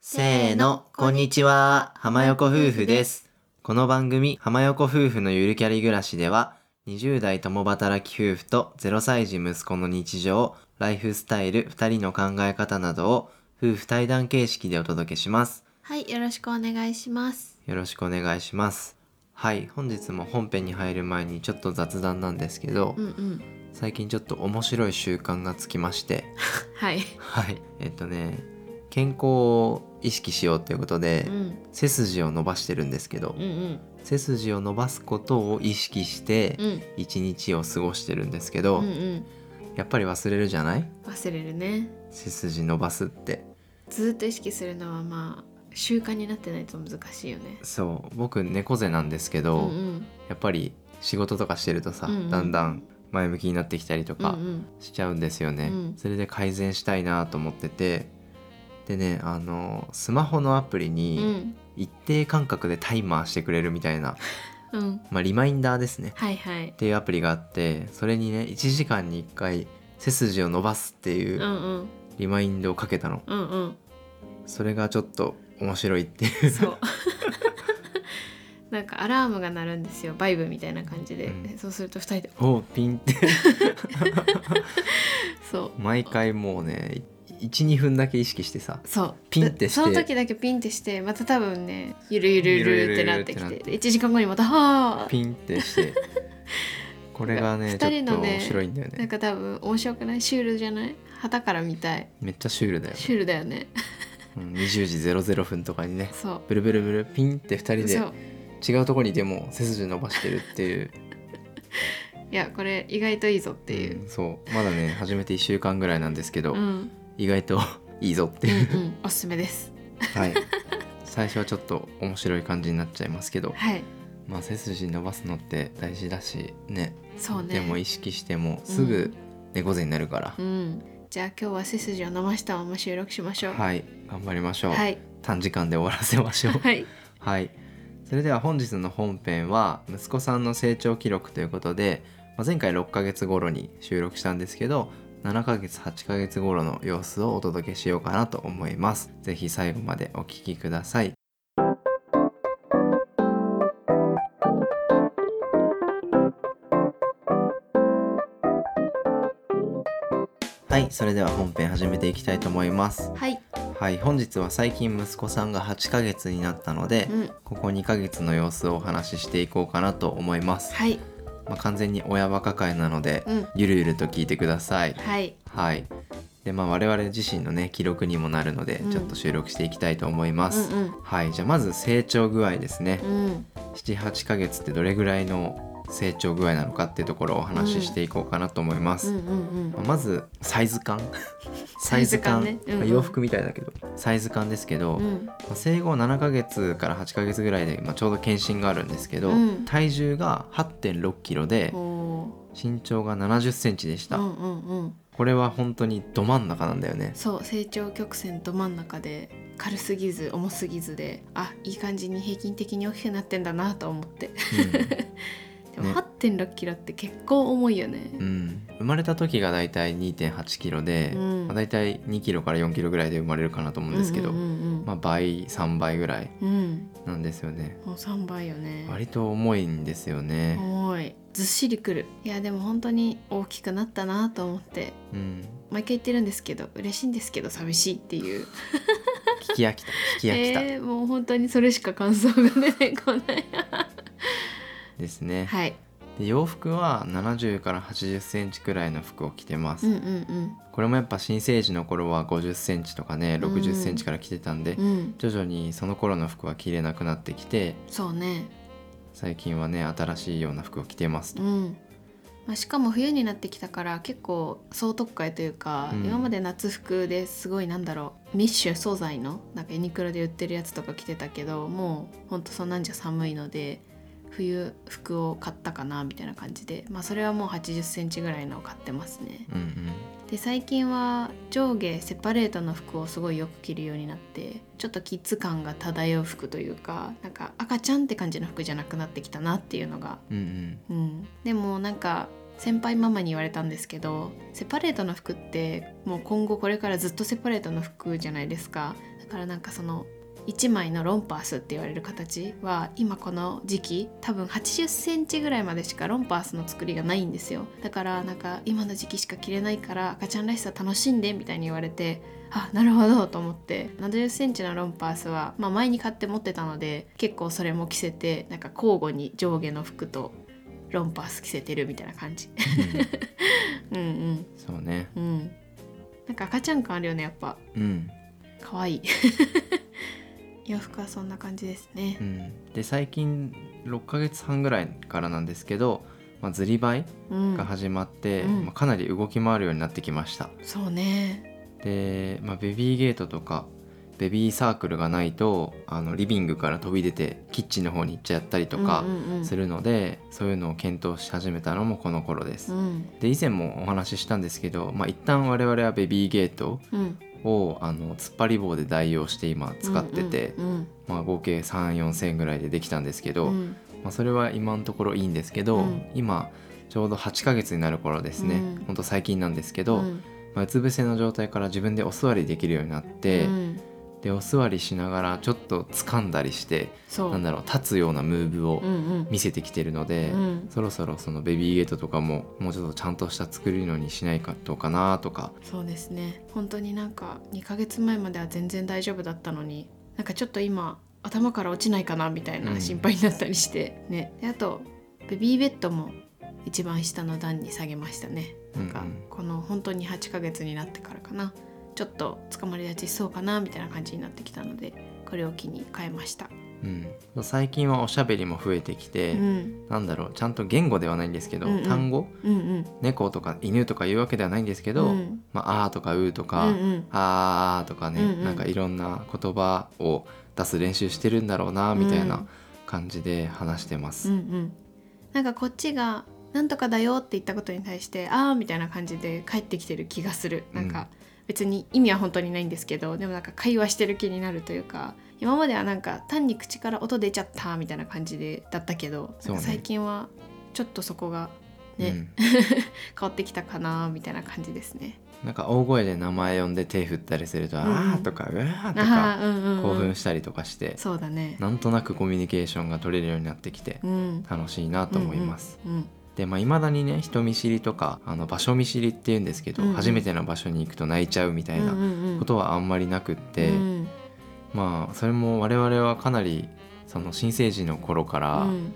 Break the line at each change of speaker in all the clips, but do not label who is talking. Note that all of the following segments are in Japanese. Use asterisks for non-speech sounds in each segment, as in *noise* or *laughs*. せーの、こんにちは、浜横夫婦です。この番組、浜横夫婦のゆるキャリ暮らしでは、20代共働き夫婦と0歳児息子の日常、ライフスタイル、2人の考え方などを夫婦対談形式でお届けします。
はい、よろしくお願いします。
よろしくお願いします。はい、本日も本編に入る前にちょっと雑談なんですけど
う、んうん。
最近ちょっと面白い習慣がつきまして、
はい。
はい、えっとね、健康を意識しようということで、
うん
背筋を伸ばしてるんですけど
うんうん
背筋を伸ばすことを意識して
うん
一日を過ごしてるんですけ
う
ど、
んうん。
やっぱり忘れるじゃない
忘れるね。
背筋伸ばすって
ずっと意識するのはまあ習慣になってないと難しいよね。
そう僕猫背なんですけ
う
ど、
んうん
やっぱり仕事とかしてるとさ、
うんうん
だんだん前向きになってきたりと
うんう
か
ん
しちゃうんですよね、
うん
それで改善したいなと思っててでねあのスマホのアプリ
う
に
ん
一定間隔でタイマーしてくれるみたいな、
うん。
まあ、リマインダーですね
はいはい
っ。ていうアプリがあってそれにね1時間に1回背筋を伸ばすっていううん
うん
リマインドをかけたの
うんうん。
それがちょっと面白いって
*laughs*
いう
そう。なんかアラームが鳴るんですよバイブみたいな感じで、
うん
そうすると二人で
おピンって
そう
毎回もうね12分だけ意識してさ
そう
ピンってして
その時だけピンってしてまた多分ねゆるゆるゆるゆるってなって
ゆ
き
るゆるゆるって
て
なっ
で1時間後にまた「はあ」
ピンってしてこれがねちょ
二人
っ
の
と
ね
面白いんだよ
なん
ね
か多分面白くないシュールじゃない旗から見たい
めっちゃシュールだよ、
シュールだ
*laughs*
よね
うん、20時00分とかにね
そう
ブルブルブルピンって2人
そう
で違うとこにいても背筋伸ばしてるっていう
いやこれ意外といいぞってい
ん
う、
そうまだね始めて1週間ぐらいなんですけど、
うん、うん
意外といいぞって
うん
いう
おすすめです
はい。最初はちょっと面白い感じになっちゃいますけど、
はい
まあ背筋伸ばすのって大事だしね。
そうね
でも意識してもすぐ猫背になるから。
うんじゃあ今日は背筋を伸ばしたまま収録しましょう
はい、頑張りましょう。
はい
短時間で終わらせましょう。
はい
はい。それでは本日の本編は息子さんの成長記録ということで、まあ、前回6ヶ月頃に収録したんですけど7ヶ月8ヶ月頃の様子をお届けしようかなと思います是非最後までお聞きくださいはいそれでは本編始めていきたいと思います
はい
はい本日は最近息子さんが8ヶ月になったので、
うん
ここ2ヶ月の様子をお話ししていこうかなと思います、
はい
まあ、完全に親バカ会なので、
うん
ゆるゆると聞いてください
はい
はいでまあ我々自身のね記録にもなるので、
うん
ちょっと収録していきたいと思いま
う
す、
ん
はいじゃあまず成長具合ですね、
うんうん
78ヶ月ってどれぐらいの成長具合なのかっていうところをお話ししていこうかなと思いま
う
す、
んうん
まあまずサイズ感
*laughs* サイズ感ね
サイズ感
うんうん
まあ洋服みたいだけどサイズ感ですけど、
うんうん
まあ生後7ヶ月から8ヶ月ぐらいで、まあ、ちょうど検診があるんですけど、
うん
体重が8 6キロで
おー
身長が7 0センチでした、
うんうんうん
これは本当にど真ん中なんだよね
そう成長曲線ど真ん中で軽すぎず重すぎずであいい感じに平均的に大きくなってんだなと
*laughs*
思ってでも
ね
8 6キロって結構重いよね
うん、うん生まれた時がだいたい2 8キロで、
うん
まあ、だいたい2キロから4キロぐらいで生まれるかなと思うんですけど、
うんうんうん
まあ、倍3倍ぐらい
うん
なんですよね
もう3倍よね
割と重いんですよね、
重いずっしりくるいやでも本当に大きくなったなと思って
うん、
毎回言ってるんですけど嬉しいんですけど寂しいっていう
聞き飽
*laughs*
きた聞き飽きた
えーもう本当にそれしか感想が出てこない
ですね、
はい
で洋服は70から8 0センチくらいの服を着てます、
うんうん
これもやっぱ新生児の頃は5 0センチとかね
うん
6 0センチから着てたんで、
うんうん
徐々にその頃の服は着れなくなってきて
そうね
最近はね新しいような服を着てますと、
うんまあ、しかも冬になってきたから結構総特会というか、
うん
今まで夏服ですごいなんだろうミッシュ素材のなんかユニクロで売ってるやつとか着てたけどもうほんとそんなんじゃ寒いので冬服を買ったかなみたいな感じで、まあ、それはもう8 0センチぐらいのを買ってますね
うんうん
で最近は上下セパレートの服をすごいよく着るようになってちょっとキッズ感が漂う服というかなんか赤ちゃんって感じの服じゃなくなってきたなっていうのが
うんうん
うん、でもなんか先輩ママに言われたんですけどセパレートの服ってもう今後これからずっとセパレートの服じゃないですかだからなんかその1枚のロンパースって言われる形は今この時期多分8 0センチぐらいまでしかロンパースの作りがないんですよだからなんか今の時期しか着れないから赤ちゃんらしさ楽しんでみたいに言われてあなるほどと思って7 0センチのロンパースは、まあ、前に買って持ってたので結構それも着せてなんか交互に上下の服とロンパース着せてるみたいな
*laughs*
感じ *laughs* うんうん
そうね
うんなんか赤ちゃん感あるよねやっぱ
うん、
可愛い *laughs* 洋服はそんな感じですね
うん、で最近6ヶ月半ぐらいからなんですけど、まあ、ずりばい
うん
が始まって、
うん
まあ、かなり動き回るようになってきました
そうね
で、まあ、ベビーゲートとかベビーサークルがないとあのリビングから飛び出てキッチンの方に行っちゃったりとか
うんうんうん
するので、そういうのを検討し始めたのもこの頃です、
うん
で以前もお話ししたんですけど、まあ、一旦我々はベビーゲート
うん
をあの突っ張り棒で代用して今使ってて、
うん
まあ、合計3,4,000円ぐらいでできたんですけ
う
ど、
んうん
まあ、それは今のところいいんですけど、
うん
今ちょうど8ヶ月になる頃ですね、
うん
ほんと最近なんですけど、
うん
まあ、うつ伏せの状態から自分でお座りできるようになって、
うん
でお座りしながらちょっと掴んだりして、
そう
なんだろう立つようなムーブを
うんうん
見せてきてるので、
うん
そろそろそのベビーゲートとかももうちょっとちゃんとした作りのにしないかどうかなとか、
そうですね本当になんか2ヶ月前までは全然大丈夫だったのになんかちょっと今頭から落ちないかなみたいうなん心配になったりして、ねであとベビーベッドも一番下の段に下げましたねなんか
うんうん
この本当に8ヶ月になってからかなちょっとつかまり立ちしそうかなみたいな感じになってきたのでこれを機に変えました、
うん、最近はおしゃべりも増えてきて、
うん、
なんだろうちゃんと言語ではないんですけど、
うんうん
単語
うんうん
猫とか犬とかいうわけではないんですけど、
うん
まあ「あー」とか「うー」とか「
うんうん
あー」とかね、
うんうん
なんかいろんな言葉を出す練習してるんだろうなみたいうなん感じで話してま
う
す。
んうん、なんかこっちが「なんとかだよ」って言ったことに対して「ああ」みたいな感じで帰ってきてる気がするなん
うん
か別に意味は本当にないんですけどでもなんか会話してる気になるというか今まではなんか単に口から音出ちゃったみたいな感じでだったけど、
そうね
なんか最近はちょっとそこがね、変わってきたかなみたいな感じですね。
うんなんか大声で名前呼んで手振ったりすると「
ん
あー」とか「うわー」と
あ
か
ーうんうんうん
興奮したりとかして、
そうだね。
なんとなくコミュニケーションが取れるようになってきて
うん、
楽しいなと思います。
うんうん
でまあ、未だにね人見知りとかあの場所見知りっていうんですけど、
うんうん
初めての場所に行くと泣いちゃうみた
う
い
ん
な
うんうん
ことはあんまりなくって、
うん
まあそれも我々はかなりその新成人の頃から、
うん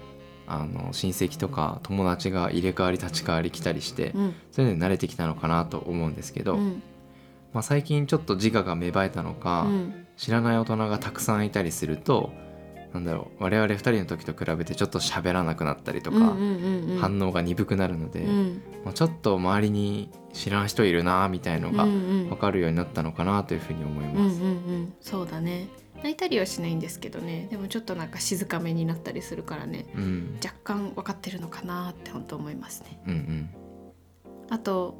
あの親戚とか友達が入れ替わり立ち替わり来たりして、
うん
そういうのに慣れてきたのかなと思うんですけど、
うん
まあ、最近ちょっと自我が芽生えたのか、
うん
知らない大人がたくさんいたりするとなんだろう我々2人の時と比べてちょっと喋らなくなったりとか、
うんうんうんうん
反応が鈍くなるので、
うん
まあ、ちょっと周りに知らん人いるなみたいのが
うんうん
分かるようになったのかなというふうに思い
うんうん
ます。
うんそうだね泣いたりはしないんですけどねでもちょっとなんか静かめになったりするからね
うん、
若干分かってるのかなって本当思いますね
うん、うん
あと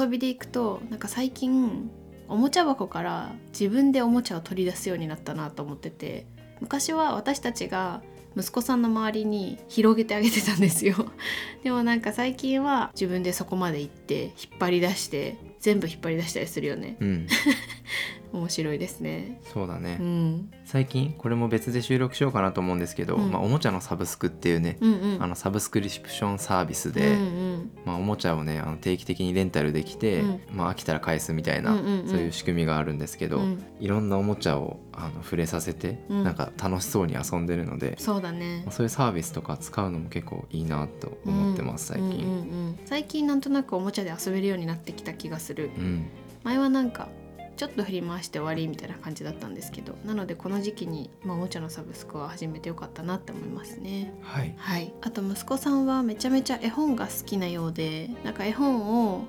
遊びで行くとなんか最近おもちゃ箱から自分でおもちゃを取り出すようになったなと思ってて昔は私たちが息子さんの周りに広げてあげてたんですよ *laughs* でもなんか最近は自分でそこまで行って引っ張り出して全部引っ張り出したりするよね
うん、
面白いですね
そうだね、
うん
最近これも別で収録しようかなと思うんですけど、
うん
まあ、おもちゃのサブスクっていうね、
うんうん
あのサブスクリプションサービス
う
で、
ん
まあ、おもちゃをねあの定期的にレンタルできて、
うん
まあ、飽きたら返すみたいな、
うんうんうん
そういう仕組みがあるんですけ
う
ど、
んうん、
いろんなおもちゃをあの触れさせて、
うん
なんか楽しそうに遊んでるので、
そうだね
まあそういうサービスとか使うのも結構いいなと思ってます、
う
最
んうん
近。
うんうん最近なんとなくおもちゃで遊べるようになってきた気がする
うん
前はなんかちょっと振り回して終わりみたいな感じだったんですけどなのでこの時期に、まあ、おもちゃのサブスクは始めてよかったなって思いますね
はい、
はいあと息子さんはめちゃめちゃ絵本が好きなようでなんか絵本を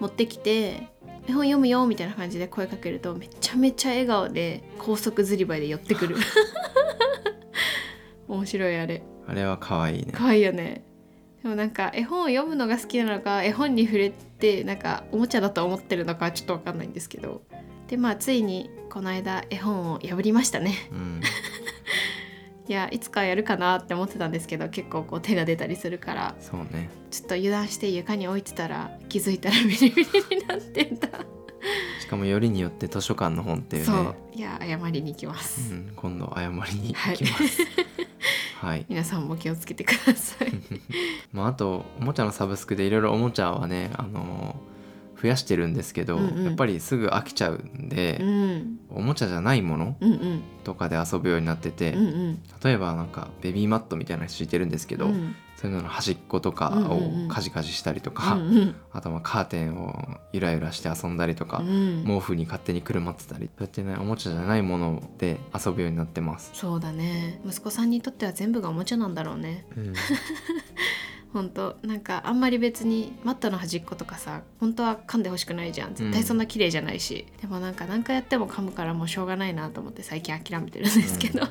持ってきて絵本読むよみたいな感じで声かけるとめちゃめちゃ笑顔で高速ずりばいで寄ってく *laughs* る面白いあれ
あれは可愛いね。
可愛いよねでもなんか絵本を読むのが好きなのか絵本に触れてなんかおもちゃだと思ってるのかはちょっと分かんないんですけどでまあついにこの間絵本を破りましたね
うん、
いやいつかやるかなって思ってたんですけど結構こう手が出たりするから
そうね。
ちょっと油断して床に置いてたら気づいたらビリビリになってた
しかもよりによって図書館の本っていうね
そういや謝りに行きます、
うん、今度謝りに行きます。 *laughs* はい、
皆さんも気をつけてください
まあ、あとおもちゃのサブスクでいろいろおもちゃはね、あのー増やしてるんですけど、
うんうん
やっぱりすぐ飽きちゃうん
う
で、
ん
おもちゃじゃないもの
うんうん
とかで遊ぶようになってて、
うんうん
例えばなんかベビーマットみたいなの敷いてるんですけど、
うん
そういうのの端っことか
うんうんう
を
ん
カジカジしたりと
う
か、
んうん
あとはカーテンをゆらゆらして遊んだりとか、
うん
毛布に勝手にくるまってたりそうやってねおもちゃじゃないもので遊ぶようになってます。
そうだね息子さんにとっては全部がおもちゃなんだろうね
うん
本当なんかあんまり別にマットの端っことかさ本当は噛んでほしくないじゃん絶対そんな綺麗じゃないし、でもなんか何回やっても噛むからもうしょうがないなと思って最近諦めてるんですけど、
う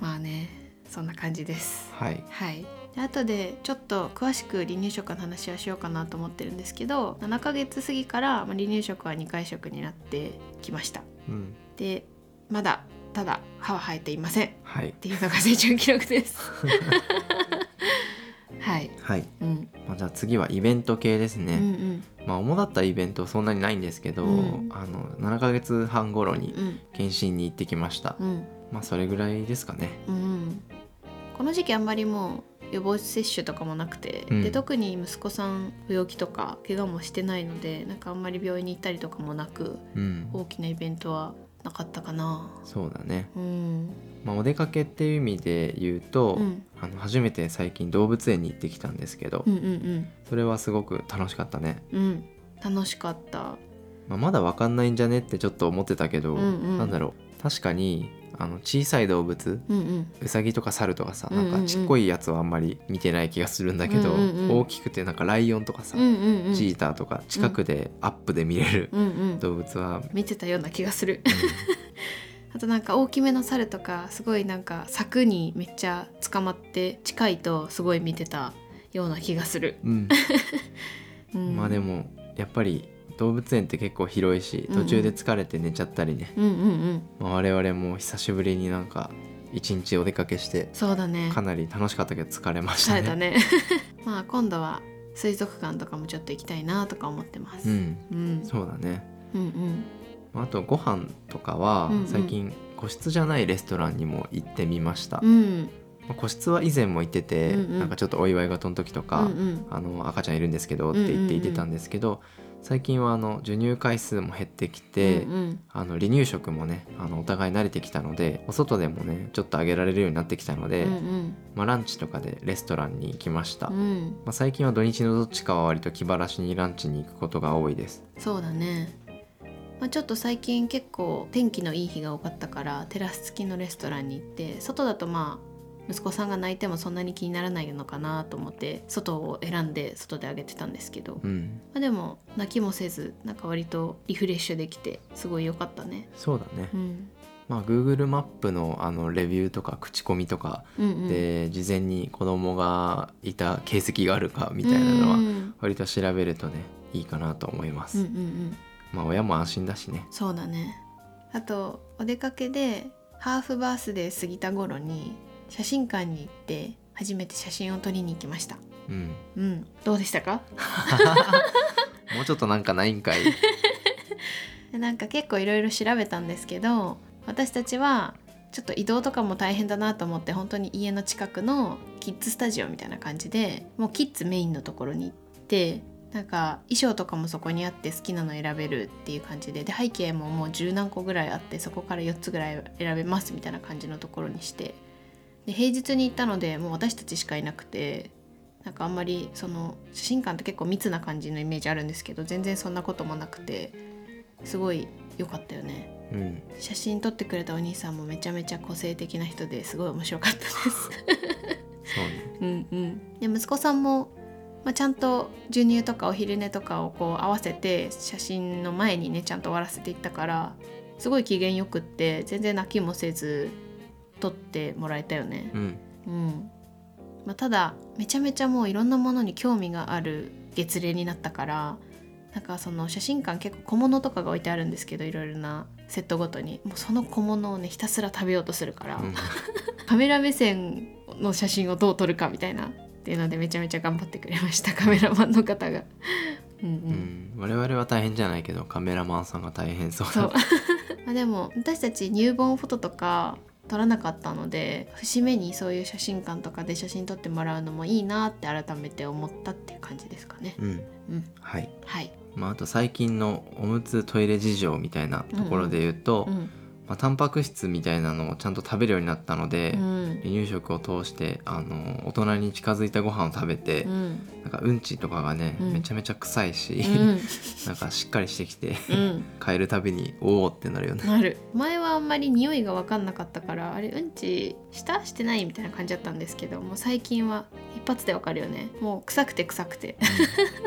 まあねそんな感じです
はい、
はいで後でちょっと詳しく離乳食の話はしようかなと思ってるんですけど7ヶ月過ぎからまあ離乳食は2回食になってきました
うん、
でまだただ歯は生えていませんっ
はい、
ていうのが成長記
*laughs*
録ですはい、
はい
うん、
まあ、じゃあ次はイベント系ですね、
うん
まあ主だったイベントそんなにないんですけど、
うん
あの7ヶ月半頃に
うん
検診に行ってきました、
うん
まあそれぐらいですかね
うんうんこの時期あんまりもう予防接種とかもなくて、
うん
で特に息子さん病気とか怪我もしてないのでなんかあんまり病院に行ったりとかもなく
うん
大きなイベントはなかったかな
そうだね、
うん
まあ、お出かけっていう意味で言うと、
うん
あの初めて最近動物園に行ってきたんですけど、
うんうん
それはすごく楽しかったね、
うんうん楽しかった
まあ、まだわかんないんじゃねってちょっと思ってたけど、
うんうん
なんだろう確かにあの小さい動物
うんうん
ウサギとか猿とかさ
うんうんうん
なんかちっこいやつはあんまり見てない気がするんだけど、
うんうんうん
大きくてなんかライオンとかさ、
うんうんうん
チーターとか近くでアップで見れる
うんうん
動物は、
見てたような気がする *laughs* あとなんか大きめの猿とかすごいなんか柵にめっちゃ捕まって近いとすごい見てたような気がする、
うん
うん、
まあでもやっぱり動物園って結構広いし
うんうん
途中で疲れて寝ちゃったりね、
うんうんうん
まあ、我々も久しぶりになんか一日お出かけして
そうだね
かなり楽しかったけど疲れましたね。
疲れたね *laughs* まあ今度は水族館とかもちょっと行きたいなとか思ってます、
う
うん
ん、
うん、
そうだね
うんうん
まああとご飯とかは
うんうん
最近個室じゃないレストランにも行ってみました、
うん
まあ個室は以前も行ってて、
うんうん
なんかちょっとお祝い事の時とか、あの赤ちゃんいるんですけどって言って言ってたんですけど、最近はあの授乳回数も減ってきて、
うんうん
あの離乳食もねあのお互い慣れてきたのでお外でもねちょっとあげられるようになってきたので、
うんうん
まあ、ランチとかでレストランに行きました、
う
ま
ん
あ、最近は土日のどっちかは割と気晴らしにランチに行くことが多いです
そうだね、まあ、ちょっと最近結構天気のいい日が多かったからテラス付きのレストランに行って外だとまあ息子さんが泣いてもそんなに気にならないのかなと思って外を選んで外であげてたんですけど、ま
うん
あ、でも泣きもせずなんか割とリフレッシュできてすごい良かったね。
そうだね、
うん、
まあ Google マップのあのレビューとか口コミとか
うんうん、
で事前に子供がいた形跡があるかみたいなの
うん
は
うん
割と調べるとねいいかなと思います、
うんうん
まあ親も安心だしね
そうだねあとお出かけでハーフバースデー過ぎた頃に写真館に行って初めて写真を撮りに行きました
うん
うんどうでしたか
もうちょっとなんかないん
*laughs*
かい
でなんか結構いろいろ調べたんですけど私たちはちょっと移動とかも大変だなと思って本当に家の近くのキッズスタジオみたいな感じでもうキッズメインのところに行ってなんか衣装とかもそこにあって好きなの選べるっていう感じでで背景ももう十何個ぐらいあってそこから4つぐらい選べますみたいな感じのところにしてで平日に行ったのでもう私たちしかいなくてなんかあんまりその写真館って結構密な感じのイメージあるんですけど全然そんなこともなくてすごい良かったよね
うん
写真撮ってくれたお兄さんもめちゃめちゃ個性的な人ですごい面白かったです
そうね
*laughs* うんうんで息子さんも、まあ、ちゃんと授乳とかお昼寝とかをこう合わせて写真の前にねちゃんと終わらせていったからすごい機嫌よくって全然泣きもせず撮ってもらえたよね
うん
うんまあ、ただめちゃめちゃもういろんなものに興味がある月齢になったからなんかその写真館結構小物とかが置いてあるんですけどいろいろなセットごとにもうその小物をねひたすら食べようとするから、
うん
カメラ目線の写真をどう撮るかみたいなっていうのでめちゃめちゃ頑張ってくれましたカメラマンの方が。うんう
うんん、我々は大変じゃないけどカメラマンさんが大変そう
そう
だ
まあでも私たち入門フォトとか撮らなかったので節目にそういう写真館とかで写真撮ってもらうのもいいなって改めて思ったっていう感じですかね。
うん
うん、
はい、
はい、
まあ、あと最近のおむつトイレ事情みたいなところで言うと、
うん
まあ、タンパク質みたいなのをちゃんと食べるようになったので、
うん
離乳食を通してあの大人に近づいたご飯を食べて、
うん
なんかうんちとかがね、
うん
めちゃめちゃ臭いし、
うん
*laughs* なんかしっかりしてきて
うん
帰るたびにおおってなるよね。
なる前はあんまり匂いが分かんなかったからあれうんちしたしてないみたいな感じだったんですけどもう最近は一発で分かるよねもう臭くて臭くて *laughs*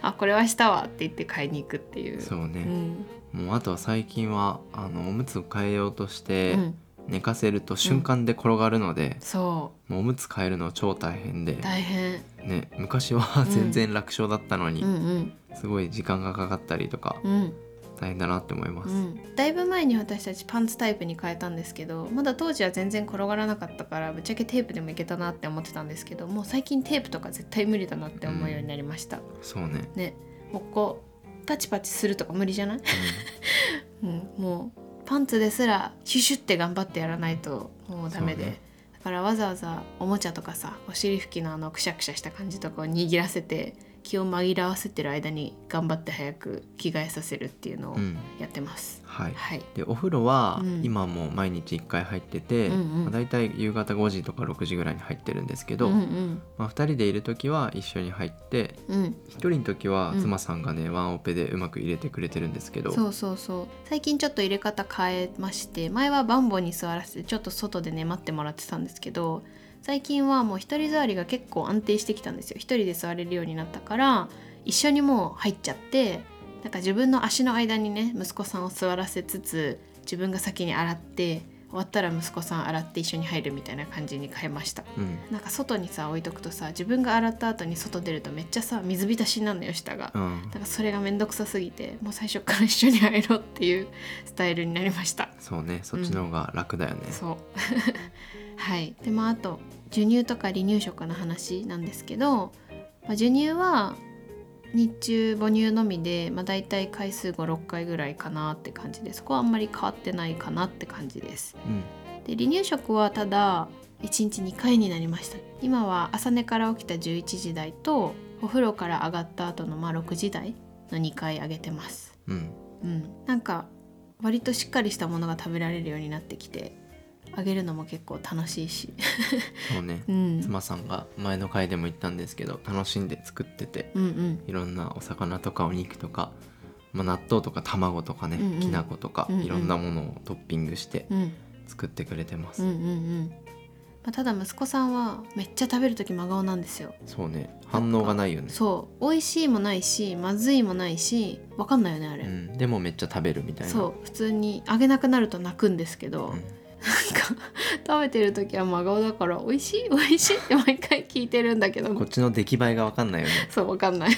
あこれはしたわって言って買いに行くっていう
そう
う
ね、
ん
もうあとは最近はあのおむつを変えようとして
うん
寝かせると瞬間で転がるので、
そ
もうおむつ変えるの超大変で
う、大変
ね、昔は
うん
全然楽勝だったのに、
うんうん
すごい時間がかかったりとか
うん
大変だなって思います。
うん、だいぶ前に私たちパンツタイプに変えたんですけどまだ当時は全然転がらなかったからぶっちゃけテープでもいけたなって思ってたんですけどもう最近テープとか絶対無理だなって思うようになりました、
そう
*laughs*
ね、
ねここパチパチするとか無理じゃない、 *laughs* うん、もうパンツですらシュシュって頑張ってやらないともうダメで、
そうね
だからわざわざおもちゃとかさお尻拭きのあのくしゃくしゃした感じとかを握らせて気を紛らわせてる間に頑張って早く着替えさせるっていうのを
うんうん
やってます、
はい、
はい
でお風呂は
うん
今も毎日1回入ってて、
うんうん
まあ、大体夕方5時とか6時ぐらいに入ってるんですけど、
うんうん
まあ、2人でいる時は一緒に入って
うん、
1人の時は
うん
妻さんがね、ワンオペでうまく入れてくれてるんですけど
そうそうそう最近ちょっと入れ方変えまして前はバンボに座らせてちょっと外でね待ってもらってたんですけど最近はもう一人座りが結構安定してきたんですよ一人で座れるようになったから一緒にもう入っちゃってなんか自分の足の間にね息子さんを座らせつつ自分が先に洗って終わったら息子さん洗って一緒に入るみたいな感じに変えました
うん
なんか外にさ置いとくとさ自分が洗った後に外出るとめっちゃさ水浸しになるのよ下が
うん
だからそれが面倒くさすぎてもう最初から一緒に入ろうっていうスタイルになりました
そうねそっちの方が楽だよね、
そう *laughs* はいでまああと授乳とか離乳食の話なんですけど、まあ、授乳は日中母乳のみで、まあ、大体回数56回ぐらいかなって感じでそこはあんまり変わってないかなって感じです
うん
で離乳食はただ1日2回になりました今は朝寝から起きた11時台とお風呂から上がった後のまあ6時台の2回あげてます
うん
うんなんか割としっかりしたものが食べられるようになってきてあげるのも結構楽し
*laughs*
いし
そうね、
うん
妻さんが前の回でも言ったんですけど楽しんで作ってて
うんうん
いろんなお魚とかお肉とか、まあ、納豆とか卵とかね、
うんうん
きな粉とか、
うんうん
いろんなものをトッピングして
うん
作ってくれてます、
うんうんうんまあただ息子さんはめっちゃ食べる時真顔なんですよ
そうね反応がないよね、
そう美味しいもないしまずいもないしわかんないよねあれ、
うん、でもめっちゃ食べるみたいな
そう普通にあげなくなると泣くんですけど、
うん
なんか食べてる時は真顔だから美味しい美味しいって毎回聞いてるんだけど
こっちの出来栄えが分かんないよね
そうわかんない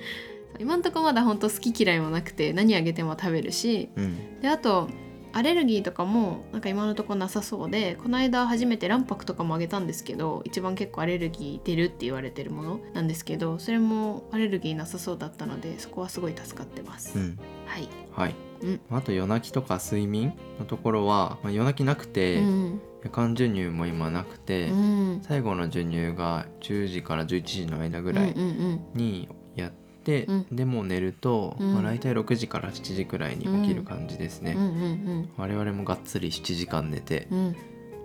*laughs* 今んとこまだほんと好き嫌いもなくて何あげても食べるし
うん
であとアレルギーとかもなんか今のとこなさそうでこの間初めて卵白とかもあげたんですけど一番結構アレルギー出るって言われてるものなんですけどそれもアレルギーなさそうだったのでそこはすごい助かってます、
うん
はい
はい、
うん
あと夜泣きとか睡眠のところは、まあ、夜泣きなくて、
うん
夜間授乳も今なくて、
うん
最後の授乳が10時から11時の間ぐらい
うんうん
にやって、
うん
でもう寝ると、
うん
まあ、大体6時から7時くらいに起きる感じですね、
うんうんうん
我々もがっつり7時間寝て、
うんうん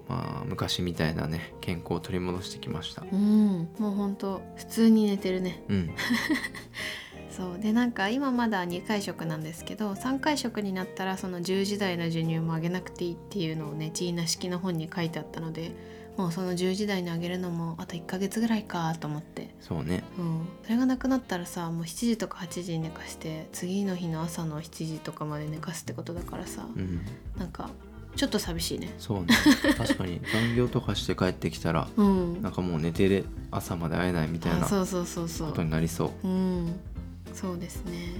まあ、昔みたいなね健康を取り戻してきました
うんもうほんと普通に寝てるね
うん
そうでなんか今まだ2回食なんですけど3回食になったらその10時台の授乳もあげなくていいっていうのをねチーナ式の本に書いてあったのでもうその10時台にあげるのもあと1ヶ月ぐらいかと思って、
そうね
うん、それがなくなったらさもう7時とか8時に寝かして次の日の朝の7時とかまで寝かすってことだからさ
うん
なんかちょっと寂しいね *laughs*
そうね確かに残業とかして帰ってきたら
うん
なんかもう寝てる朝まで会えないみたい
あ
なこ
そうそうそうそう
とになりそう
うん、そうですね。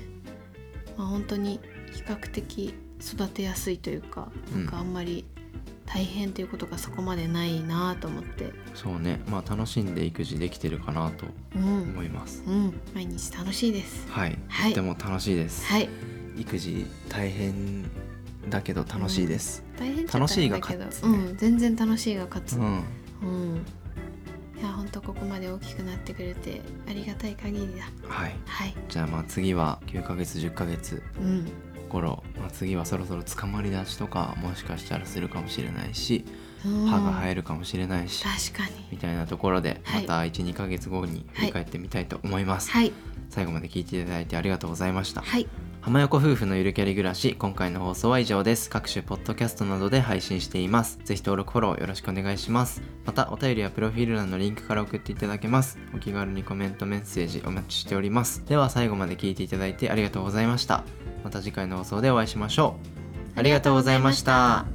まあ、本当に比較的育てやすいというか、
うん
なんかあんまり大変ということがそこまでないなと思って、
そうねまあ楽しんで育児できてるかなと
うん
思います、
うん、毎日楽しいです
はい、
はい
とても楽しいです、
はい
育児大変だけど楽しいです
大変っちゃ
楽しいが
大変だけど
勝つね
うん、全然楽しいが勝つ、
う
うん
ん、
いや本当ここまで大きくなってくれてありがたい限りだ
はい
はい
じゃあまあ次は9ヶ月10ヶ月
うん
頃、まあ、次はそろそろ捕まり出しとかもしかしたらするかもしれないし
うん
歯が生えるかもしれないし、
確かに
みたいなところで
は
ま
い
た12ヶ月後に振り返ってみたいと思います、
はい
最後まで聞いていただいてありがとうございました
はい
浜横夫婦のゆるキャリ暮らし今回の放送は以上です各種ポッドキャストなどで配信していますぜひ登録フォローよろしくお願いしますまたお便りやプロフィール欄のリンクから送っていただけますお気軽にコメントメッセージお待ちしておりますでは最後まで聞いていただいてありがとうございましたまた次回の放送でお会いしましょうありがとうございました